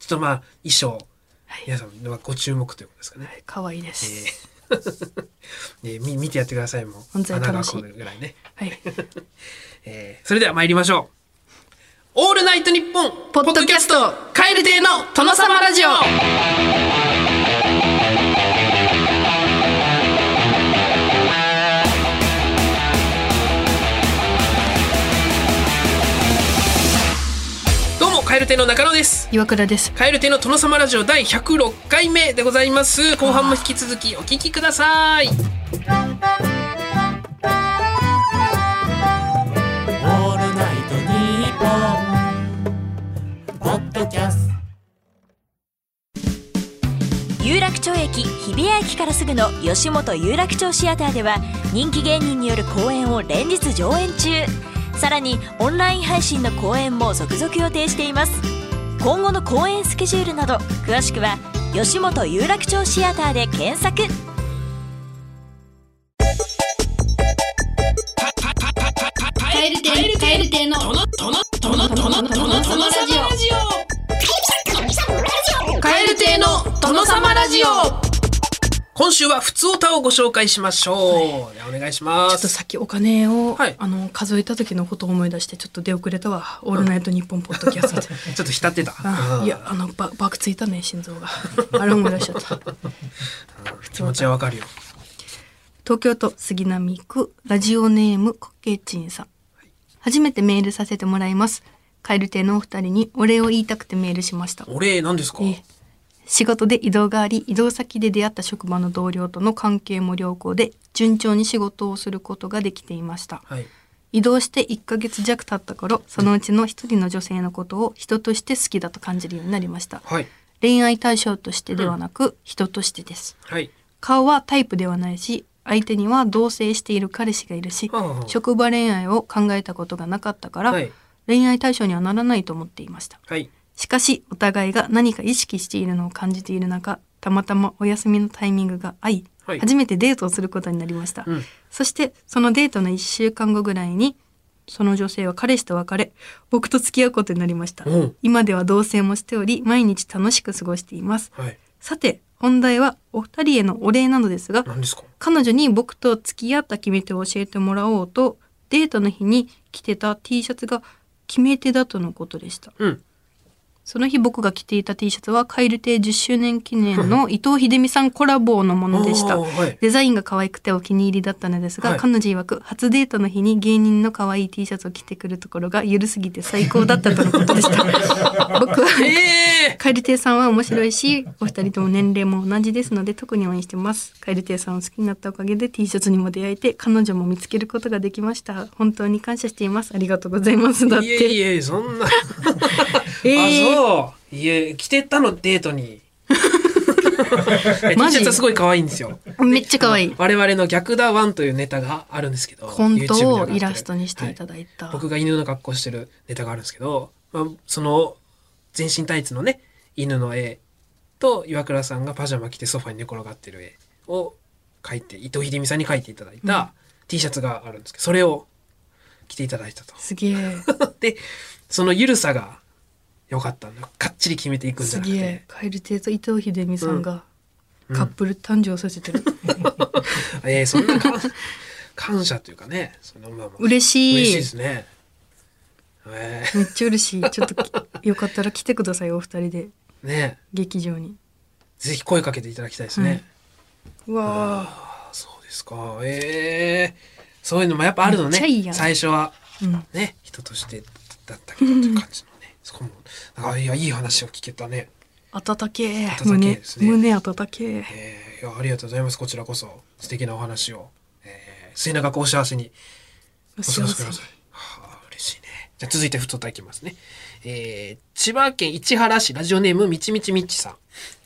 Speaker 1: ちょっとまあ衣装、
Speaker 2: はい
Speaker 1: 皆さんはご注目ということですかね、
Speaker 2: かわいいで
Speaker 1: え
Speaker 2: す、
Speaker 1: ーねみ見てやってくださいもう
Speaker 2: 本当に
Speaker 1: 穴が
Speaker 2: 楽しい
Speaker 1: 開くぐらいね、
Speaker 2: はい
Speaker 1: えーそれでは参りましょう「オールナイトニッポン」
Speaker 2: ポッドキャスト「蛙亭の殿様ラジオ」
Speaker 1: どうも蛙亭の中野です
Speaker 2: 岩倉です
Speaker 1: カエル亭の殿様ラジオ第106回目でございます後半も引き続きお聞きください
Speaker 3: オールナイトニッポン」ポッドキャスト
Speaker 4: 有楽町駅日比谷駅からすぐの吉本有楽町シアターでは人気芸人による公演を連日上演中さらにオンライン配信の公演も続々予定しています今後の公演スケジュールなど詳しくは吉本有楽町シアターで検索
Speaker 1: 今週はふつおたをご紹介しましょう、ではお願いしま
Speaker 2: ちょっと
Speaker 1: す
Speaker 2: さっきお金を、
Speaker 1: はい
Speaker 2: あの数えた時のことを思い出してちょっと出遅れたわ「オールナイトニッポン」ポッドキャスト
Speaker 1: [LAUGHS]
Speaker 2: で
Speaker 1: ちょっと浸ってた
Speaker 2: あ
Speaker 1: うん
Speaker 2: いやあのばばくついたね心臓があれ思い出しちゃった
Speaker 1: [LAUGHS] 気持ちはわかるよ
Speaker 2: 東京都杉並区ラジオネームコケチンさん初めてメールさせてもらいますカエル亭のお二人にお礼を言いたくてメールしました
Speaker 1: お礼なんですか、
Speaker 2: ええ仕事で移動があり移動先で出会った職場の同僚との関係も良好で順調に仕事をすることができていました
Speaker 1: はい
Speaker 2: 移動して1ヶ月弱経った頃そのうちの一人の女性のことを人として好きだと感じるようになりました
Speaker 1: はい
Speaker 2: 恋愛対象としてではなく、人としてです
Speaker 1: はい
Speaker 2: 顔はタイプではないし相手には同棲している彼氏がいるし、
Speaker 1: うん
Speaker 2: 職場恋愛を考えたことがなかったから、
Speaker 1: はい
Speaker 2: 恋愛対象にはならないと思っていました
Speaker 1: はい
Speaker 2: しかしお互いが何か意識しているのを感じている中たまたまお休みのタイミングが合い、
Speaker 1: はい
Speaker 2: 初めてデートをすることになりました、
Speaker 1: うん
Speaker 2: そしてそのデートの1週間後ぐらいにその女性は彼氏と別れ僕と付き合うことになりました、
Speaker 1: うん
Speaker 2: 今では同棲もしており毎日楽しく過ごしています
Speaker 1: はい
Speaker 2: さて本題はお二人へのお礼なのですが
Speaker 1: 何ですか
Speaker 2: 彼女に僕と付き合った決め手を教えてもらおうとデートの日に着てた T シャツが決め手だとのことでした
Speaker 1: うん
Speaker 2: その日僕が着ていた T シャツは蛙亭10周年記念の伊藤秀美さんコラボのものでした
Speaker 1: おーはい
Speaker 2: デザインが可愛くてお気に入りだったのですが、
Speaker 1: はい
Speaker 2: 彼女曰く初デートの日に芸人の可愛い T シャツを着てくるところがゆるすぎて最高だったとのことでした僕は
Speaker 1: え
Speaker 2: 蛙亭さんは面白いしお二人とも年齢も同じですので特に応援してます蛙亭さんを好きになったおかげで T シャツにも出会えて彼女も見つけることができました本当に感謝していますありがとうございますだっ
Speaker 1: ー、
Speaker 2: て
Speaker 1: いえいえそんな、
Speaker 2: え
Speaker 1: あ
Speaker 2: ー
Speaker 1: そういえ着てたのデートに
Speaker 2: [LAUGHS]
Speaker 1: え T
Speaker 2: マジ
Speaker 1: シャツはすごい可愛いんですよ
Speaker 2: めっちゃ可愛い
Speaker 1: 我々の逆だワンというネタがあるんですけど
Speaker 2: コン
Speaker 1: YouTube で上
Speaker 2: ト
Speaker 1: がっ
Speaker 2: を
Speaker 1: てる
Speaker 2: イラストにしていただいた、
Speaker 1: はい僕が犬の格好してるネタがあるんですけど、まあ、その全身タイツのね犬の絵と岩倉さんがパジャマ着てソファに寝転がってる絵を描いて伊藤秀美さんに描いていただいた T シャツがあるんですけどそれを着ていただいたと。 [LAUGHS]
Speaker 2: すげえ
Speaker 1: でそのゆるさが良かったんだがっちり決めていくんじゃ
Speaker 2: す
Speaker 1: なく
Speaker 2: げえ
Speaker 1: て、
Speaker 2: 蛙亭と伊藤秀美さんがカップル誕生させてる、
Speaker 1: えー、そん [LAUGHS] なか感謝というかね、そのまあまあ
Speaker 2: 嬉しい
Speaker 1: 嬉しいですね。え
Speaker 2: めっちゃ嬉しいちょっときよかったら来てくださいお二人で
Speaker 1: ー、ね
Speaker 2: 劇場に
Speaker 1: ぜひ声かけていただきたいですね。
Speaker 2: うわ
Speaker 1: あそうですか。ええそういうのもやっぱあるの
Speaker 2: めっちゃいいや
Speaker 1: ね。
Speaker 2: ん
Speaker 1: 最初は、
Speaker 2: ーうん
Speaker 1: ね、人としてだったけどという感じのね。そこも、あいや、いい話を聞けたね。
Speaker 2: 温けえ
Speaker 1: 温けえですね
Speaker 2: 胸胸温けえ
Speaker 1: えー、いやありがとうございます。こちらこそ素敵なお話を、えー、末永くお幸せに
Speaker 2: お
Speaker 1: お過
Speaker 2: 幸
Speaker 1: ごしく
Speaker 2: せ
Speaker 1: だ
Speaker 2: に
Speaker 1: さい。はあ、嬉しいね。じゃあ続いて太田いきますね。えー、千葉県市原市ラジオネームみちみちみちさん。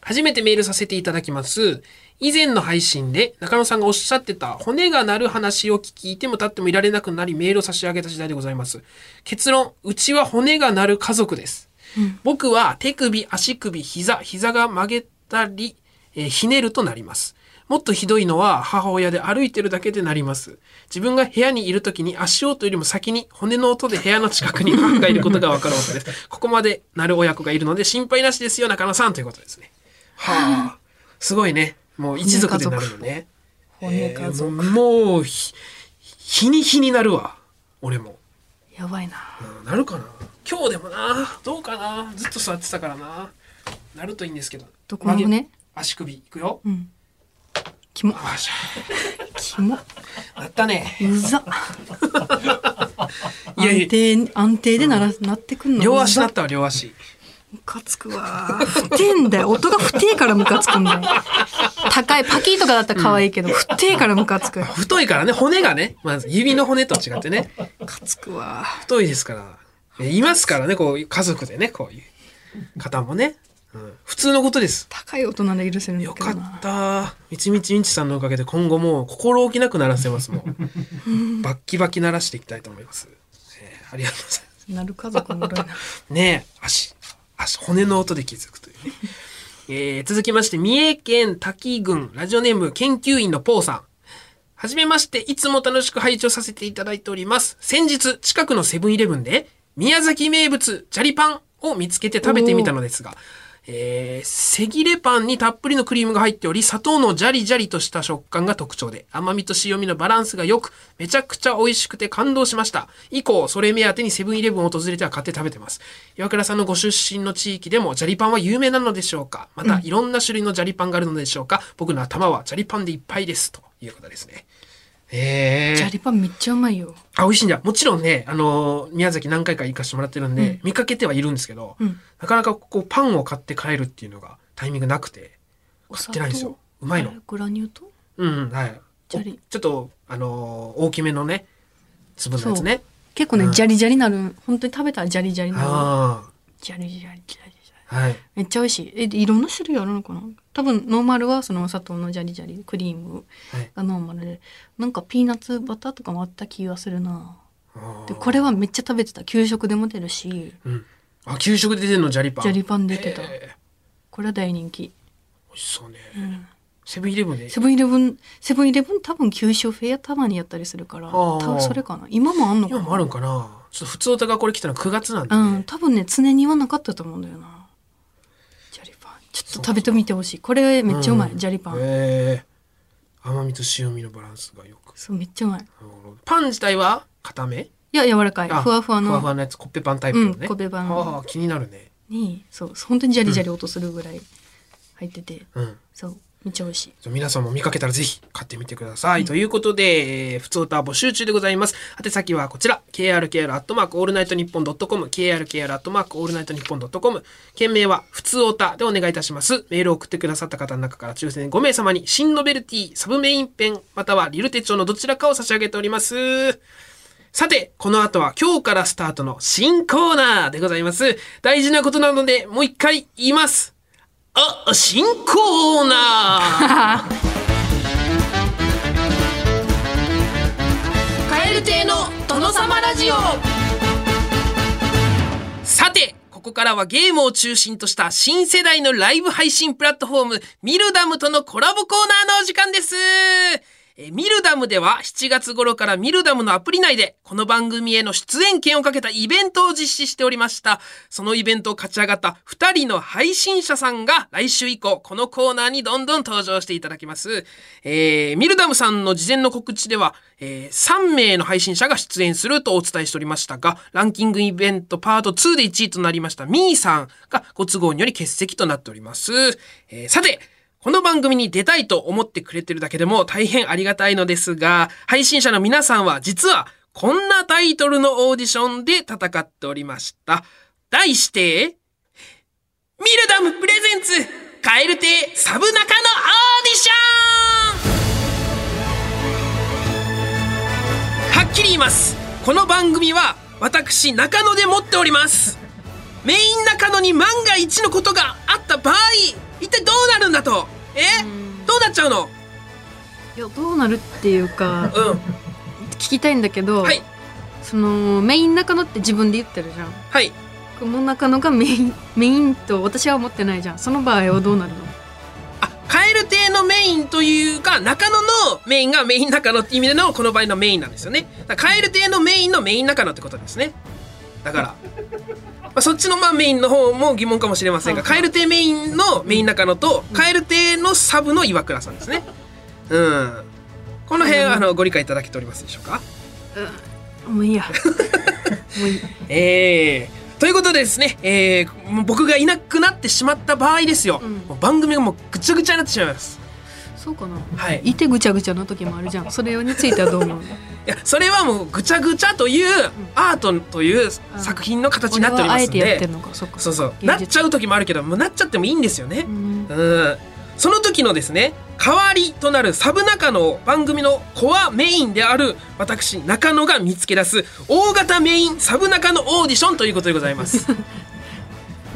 Speaker 1: 初めてメールさせていただきます。以前の配信で中野さんがおっしゃってた骨が鳴る話を聞いても立ってもいられなくなりメールを差し上げた次第でございます。結論、うちは骨が鳴る家族です。僕は手首、足首、膝、膝が曲げたり、えーひねるとなります。もっとひどいのは母親で歩いてるだけでなります。自分が部屋にいるときに足音よりも先に骨の音で部屋の近くに母がいることがわかるわけです。ここまでなる親子がいるので心配なしですよ、中野さんということですね。はあ。すごいね。もう一族でなるのね。
Speaker 2: 骨家
Speaker 1: えーも
Speaker 2: 族
Speaker 1: うもうひ、日に日になるわ。俺も。
Speaker 2: やばいな
Speaker 1: うんなるかな今日でもなどうかなずっと座ってたからななるといいんですけど
Speaker 2: どこの骨
Speaker 1: 足首いくよ、
Speaker 2: うんキモ
Speaker 1: あよし
Speaker 2: キモ
Speaker 1: なったね
Speaker 2: うざ
Speaker 1: いやいや
Speaker 2: 安定安定でなら、なってくんの
Speaker 1: 両足
Speaker 2: う
Speaker 1: な
Speaker 2: ざ
Speaker 1: ったわ両足
Speaker 2: ムカつくわ不定だよ音が不定からムカつくんだよ高いパキーとかだったら可愛いけど、不定からムカつくム
Speaker 1: 太いからね骨がねまず指の骨とは違ってね
Speaker 2: カつくわ
Speaker 1: 太いですからえいますからねこういう家族でねこういう方もね、うん、普通のことです
Speaker 2: 高い音なら許せるんだ
Speaker 1: よ
Speaker 2: けど
Speaker 1: か
Speaker 2: な
Speaker 1: ったみちみちみちさんのおかげで今後もう心置きなく鳴らせますも [LAUGHS] うバッキバキ鳴らしていきたいと思います、えーありがとうございます
Speaker 2: なる家族もらいな
Speaker 1: ねえ、足、足、骨の音で気づくというね。 [LAUGHS] えー続きまして、三重県滝郡、ラジオネーム研究員のポーさん。はじめまして、いつも楽しく拝聴させていただいております。先日、近くのセブンイレブンで、宮崎名物、ジャリパンを見つけて食べてみたのですが、えー、せぎれパンにたっぷりのクリームが入っており、砂糖のジャリジャリとした食感が特徴で、甘みと塩味のバランスが良く、めちゃくちゃ美味しくて感動しました。以降、それ目当てにセブンイレブンを訪れては買って食べてます。岩倉さんのご出身の地域でも、ジャリパンは有名なのでしょうかまた、いろんな種類のジャリパンがあるのでしょうか僕の頭はジャリパンでいっぱいです。ということですね。えー。
Speaker 2: ジャリパンめっちゃうまいよ
Speaker 1: あ、美味しいんだ。もちろんね、あのー宮崎何回か行かしてもらってるんで、見かけてはいるんですけど、
Speaker 2: うん
Speaker 1: なかなかこう、パンを買って帰るっていうのがタイミングなくて、買ってないんですよ。うまいの
Speaker 2: あれ。グラニュー糖
Speaker 1: うん、うんはい。
Speaker 2: ジャリ
Speaker 1: おちょっと、あのー大きめのね、粒のやつね。
Speaker 2: 結構ね、
Speaker 1: うん
Speaker 2: ジャリジャリなる本当に食べたらジャリジャリなる
Speaker 1: あ
Speaker 2: ジャリジャリジャリジャリ
Speaker 1: あ、はい。
Speaker 2: めっちゃ美味しいえでいろんな種類あるのかな多分ノーマルはそのお砂糖のジャリジャリクリーム
Speaker 1: はい
Speaker 2: がノーマルでなんかピーナッツバターとかもあった気がするな
Speaker 1: あー
Speaker 2: でこれはめっちゃ食べてた給食でも出るし
Speaker 1: うん。あ、給食で出てんの、ジャリパン。
Speaker 2: ジャリパン出てた
Speaker 1: えー
Speaker 2: これは大人気
Speaker 1: 美味しそうね。セブンイレブンで。
Speaker 2: セブンイレブンセブンイレブン多分給食フェアたまにやったりするから
Speaker 1: あ
Speaker 2: 多
Speaker 1: ー
Speaker 2: 分それかな今もあんのか
Speaker 1: 今
Speaker 2: な
Speaker 1: もあるんかなちょっと普通歌がこれ来たの9月なんで、
Speaker 2: うん、
Speaker 1: ね。
Speaker 2: 多分ね常にはなかったと思うんだよなジャリパンちょっと食べてみてほしいこれめっちゃうまい、
Speaker 1: ん
Speaker 2: ジャリパン、
Speaker 1: えー甘みと塩味のバランスがよく。
Speaker 2: そうめっちゃうまい
Speaker 1: なるほどパン自体は固め
Speaker 2: いや柔らかい
Speaker 1: あ
Speaker 2: ふわふわの
Speaker 1: ふわふわのやつコッペパンタイプのね、
Speaker 2: うんコッペパン
Speaker 1: ああ気になるね
Speaker 2: にそう本当にジャリジャリ音するぐらい入ってて、
Speaker 1: うん
Speaker 2: そうめっちゃ美味しい
Speaker 1: じゃあ皆さんも見かけたらぜひ買ってみてください。ということで、えー、普通歌募集中でございます。宛先はこちら、krkr アットマークオールナイトニッポンドットコム、krkr アットマークオールナイトニッポンドットコム、件名は普通歌でお願いいたします。メールを送ってくださった方の中から抽選5名様に、新ノベルティ、サブメインペン、またはリル手帳のどちらかを差し上げております。さて、この後は今日からスタートの新コーナーでございます。大事なことなので、もう一回言います。あ、新コーナー
Speaker 4: 蛙亭の殿様ラジオ
Speaker 1: さて、ここからはゲームを中心とした新世代のライブ配信プラットフォーム、ミルダムとのコラボコーナーのお時間です。えーミルダムでは7月頃からミルダムのアプリ内でこの番組への出演権をかけたイベントを実施しておりました。そのイベントを勝ち上がった2人の配信者さんが来週以降このコーナーにどんどん登場していただきます。えーミルダムさんの事前の告知では、えー3名の配信者が出演するとお伝えしておりましたが、ランキングイベントパート2で1位となりましたミーさんがご都合により欠席となっております。えーさて、この番組に出たいと思ってくれてるだけでも大変ありがたいのですが、配信者の皆さんは実はこんなタイトルのオーディションで戦っておりました。題して、ミルダムプレゼンツカエル亭サブナカのオーディションはっきり言いますこの番組は私中野で持っておりますメイン中野に万が一のことがあった場合一体どうなるんだとえどうなっちゃうの
Speaker 2: いやどうなるっていうか
Speaker 1: う
Speaker 2: 聞きたいんだけど、
Speaker 1: んはい
Speaker 2: そのメイン中野って自分で言ってるじゃん
Speaker 1: はい
Speaker 2: この中野がメインメインと私は思ってないじゃんその場合はどうなるの
Speaker 1: あカエル亭のメインというか中野のメインがメイン中野って意味でのこの場合のメインなんですよねだからカエル亭のメインのメイン中野ってことですねだから、まあ、そっちのまあメインの方も疑問かもしれませんがカエル亭メインのメイン中野とカエル亭のサブの岩倉さんですねうんこの辺あのご理解いただけておりますでしょうか
Speaker 2: もういいやもういい
Speaker 1: えー、ということでですね、えー、もう僕がいなくなってしまった場合ですよ、
Speaker 2: うん
Speaker 1: もう番組がもうぐちゃぐちゃになってしまいます
Speaker 2: そうかな
Speaker 1: はい
Speaker 2: いてぐちゃぐちゃの時もあるじゃんそれについてはどう思うの
Speaker 1: いやそれはもうぐちゃぐちゃというアートという作品の形になっており
Speaker 2: は
Speaker 1: ま
Speaker 2: あえ
Speaker 1: すの
Speaker 2: てやっ
Speaker 1: で、
Speaker 2: てんのかそっか
Speaker 1: そうそう
Speaker 2: 現実
Speaker 1: なっちゃう時もあるけどもうなっちゃってもいいんですよね
Speaker 2: う、ん
Speaker 1: うん、その時のですね代わりとなるサブ中の番組のコアメインである私中野が見つけ出す大型メインサブ中のオーディションということでございます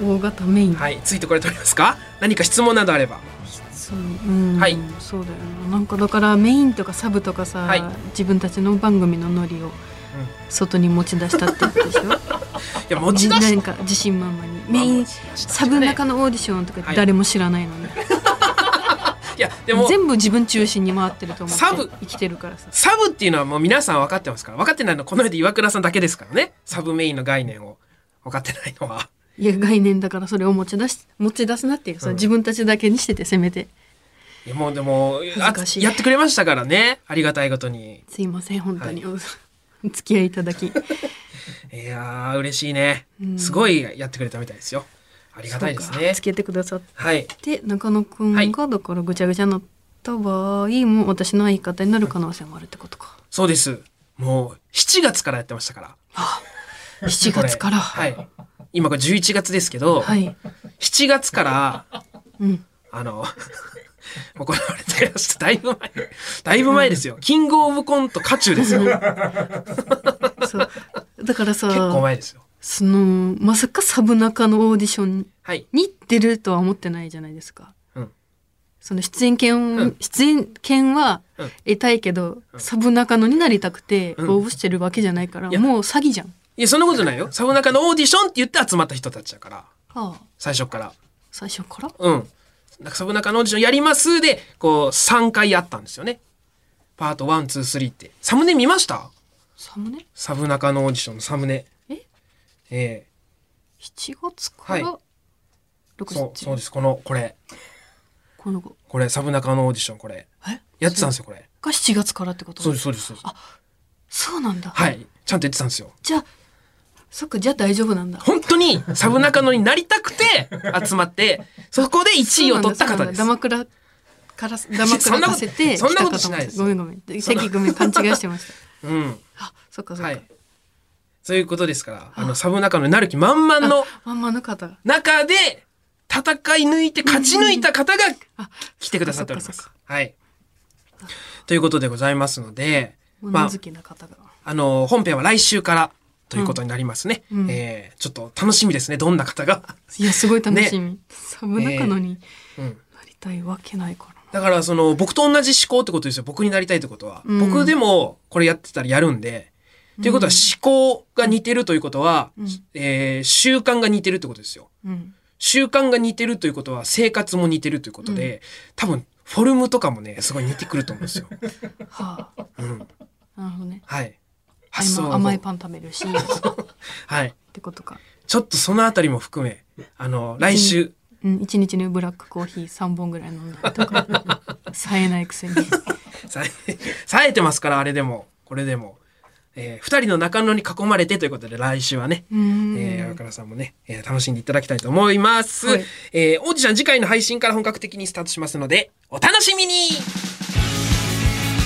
Speaker 2: 大型メイン、
Speaker 1: はいついてこれておりますか何か質問などあれば
Speaker 2: そううん、
Speaker 1: はい
Speaker 2: そうだよななんかだからメインとかサブとかさ、
Speaker 1: はい
Speaker 2: 自分たちの番組のノリを外に持ち出したってことでしょ
Speaker 1: いや [LAUGHS] 持ち出し
Speaker 2: なんか自信満々にメインサブ中のオーディションと
Speaker 1: は
Speaker 2: か
Speaker 1: い
Speaker 2: 誰も知らないのに、
Speaker 1: いや [LAUGHS] でも
Speaker 2: 全部自分中心に回ってると思
Speaker 1: サ
Speaker 2: っ
Speaker 1: ブ
Speaker 2: て生きてるからさ
Speaker 1: サブっていうのはもう皆さん分かってますから分かってないのはこの世で岩倉さんだけですからねサブメインの概念を分かってないのは。
Speaker 2: いや概念だからそれを持ち出し持ち出すなっていうさ、
Speaker 1: うん
Speaker 2: 自分たちだけにしててせめて
Speaker 1: いやもうでも
Speaker 2: 恥ずかしい
Speaker 1: あやってくれましたからねありがたいことに
Speaker 2: すいません本当に、 [LAUGHS] お付き合いいただき
Speaker 1: いやー嬉しいね
Speaker 2: うん
Speaker 1: すごいやってくれたみたいですよありがたいです
Speaker 2: そうか
Speaker 1: ね
Speaker 2: つけてくださっ
Speaker 1: はい
Speaker 2: て中野くん
Speaker 1: はい
Speaker 2: がだからぐちゃぐちゃになった場合も私の相方になる可能性もあるってこ
Speaker 1: [LAUGHS]
Speaker 2: とか
Speaker 1: そうですもう7月からやってましたから
Speaker 2: 7
Speaker 1: これ
Speaker 2: 月から
Speaker 1: はい今これ11月ですけど、
Speaker 2: はい、
Speaker 1: 7月から
Speaker 2: うん、
Speaker 1: あの [LAUGHS] 行われてましただいぶ前だいぶ前ですよ、キングオブコント渦中です
Speaker 2: [LAUGHS]
Speaker 1: よ結
Speaker 2: そうだからさ
Speaker 1: 構前ですよ
Speaker 2: そのまさかサブ中のオーディション
Speaker 1: はい
Speaker 2: に出るとは思ってないじゃないですか。
Speaker 1: うん
Speaker 2: その出演権を、
Speaker 1: うん
Speaker 2: 出演権は
Speaker 1: うん
Speaker 2: 得たいけど、サブ中野になりたくて
Speaker 1: うん
Speaker 2: 応募してるわけじゃないから、
Speaker 1: いや
Speaker 2: もう詐欺じゃん。
Speaker 1: いやそんなことないよサブナカのオーディションって言って集まった人たちだから
Speaker 2: はあ、
Speaker 1: 最初から
Speaker 2: 最初から
Speaker 1: うん。なんかサブナカのオーディションやりますで、こう、3回やったんですよね。パート1、2、3って。サムネ見ました
Speaker 2: サムネ
Speaker 1: サブナカのオーディションのサムネ。
Speaker 2: え
Speaker 1: ええ
Speaker 2: ?7 月から、
Speaker 1: は
Speaker 2: 6
Speaker 1: そう、
Speaker 2: 月
Speaker 1: そうです。この、これ。
Speaker 2: この子
Speaker 1: これ、サブナカのオーディション、これ。
Speaker 2: え
Speaker 1: やってたんですよ、これ。
Speaker 2: が7月からってこと
Speaker 1: そうです、そうです。そうです
Speaker 2: そうなんだ。
Speaker 1: はい。ちゃんとやってたんですよ。
Speaker 2: じゃあそっかじゃあ大丈夫なんだ。
Speaker 1: 本当に、サブナカのになりたくて、集まって、そこで1位を取った方です
Speaker 2: そ
Speaker 1: [LAUGHS]
Speaker 2: う。なんだダマクラからダマクラさせて
Speaker 1: そんなことそんな
Speaker 2: 来た方も
Speaker 1: ことしないです
Speaker 2: ごめんごめん。席ごめん勘違いして
Speaker 1: [LAUGHS]
Speaker 2: ました。
Speaker 1: うん。
Speaker 2: あそっかそっか。
Speaker 1: はい。そういうことですから、あの、サブナカのになる気満々の、
Speaker 2: まんまの方が。
Speaker 1: 中で戦い抜いて勝ち抜いた方が
Speaker 2: あ、
Speaker 1: 来てくださっておりま
Speaker 2: そっか
Speaker 1: す
Speaker 2: そっか。
Speaker 1: はい。ということでございますので、ま
Speaker 2: 物
Speaker 1: あ
Speaker 2: 好、きな方が。
Speaker 1: あの、本編は来週からということになりますね。
Speaker 2: うん
Speaker 1: えーちょっと楽しみですね、どんな方
Speaker 2: [LAUGHS]
Speaker 1: が。
Speaker 2: いや、すごい楽しみ。サブ中野に
Speaker 1: うん
Speaker 2: なりたいわけないからな。
Speaker 1: だから、その、僕と同じ思考ってことですよ。僕になりたいってことは。
Speaker 2: うん
Speaker 1: 僕でも、これやってたらやるんで。ということは、思考が似てるということは、
Speaker 2: うん
Speaker 1: えー習慣が似てるってことですよ。
Speaker 2: うん。
Speaker 1: 習慣が似てるということは生活も似てるということで、多分フォルムとかもね、すごい似てくると思うん
Speaker 5: [LAUGHS]
Speaker 1: ですよ。
Speaker 5: はあ、
Speaker 1: うん。
Speaker 5: なるほどね
Speaker 1: はい。発想
Speaker 5: 甘
Speaker 1: は
Speaker 5: 甘
Speaker 1: も
Speaker 5: いうパン食べる
Speaker 1: [LAUGHS]
Speaker 5: しっ
Speaker 1: はい。
Speaker 5: てことか、
Speaker 1: ちょっとそのあたりも含め、あの、来週、
Speaker 5: うん、一日にブラックコーヒー3本ぐらい飲んだりとか冴えないくせ [LAUGHS] に
Speaker 1: さ [LAUGHS] え、冴えてますから、あれでも、これでも。えー二人の中野に囲まれてということで、来週はね、
Speaker 5: うーん
Speaker 1: えー、若菜さんもね、えー楽しんでいただきたいと思います。
Speaker 5: はい
Speaker 1: えー、王子ちゃん次回の配信から本格的にスタートしますので、お楽しみに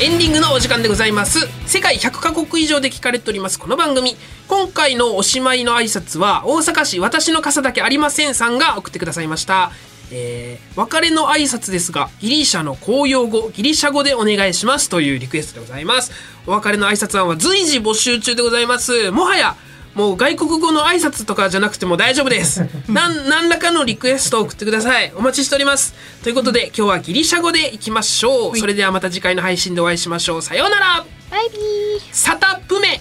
Speaker 1: エンディングのお時間でございます。世界100カ国以上で聞かれております、この番組。今回のおしまいの挨拶は、大阪市私の傘だけありませんさんが送ってくださいました。えー、別れの挨拶ですが、ギリシャの公用語、ギリシャ語でお願いしますというリクエストでございます。お別れの挨拶案は随時募集中でございます。もはや、もう外国語の挨拶とかじゃなくても大丈夫
Speaker 4: [LAUGHS]
Speaker 1: です。なん、何らかのリクエストを送ってください。お待ちしております。ということで、今日はギリシャ語でいきましょう。それではまた次回の配信でお会いしましょう。さようなら
Speaker 4: バイビー
Speaker 1: サタプメ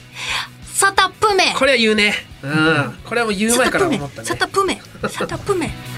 Speaker 2: サタプメ
Speaker 1: これは言うね。うん。これはもう言う前から思ったね
Speaker 2: サ。タプメサタプメサタプメ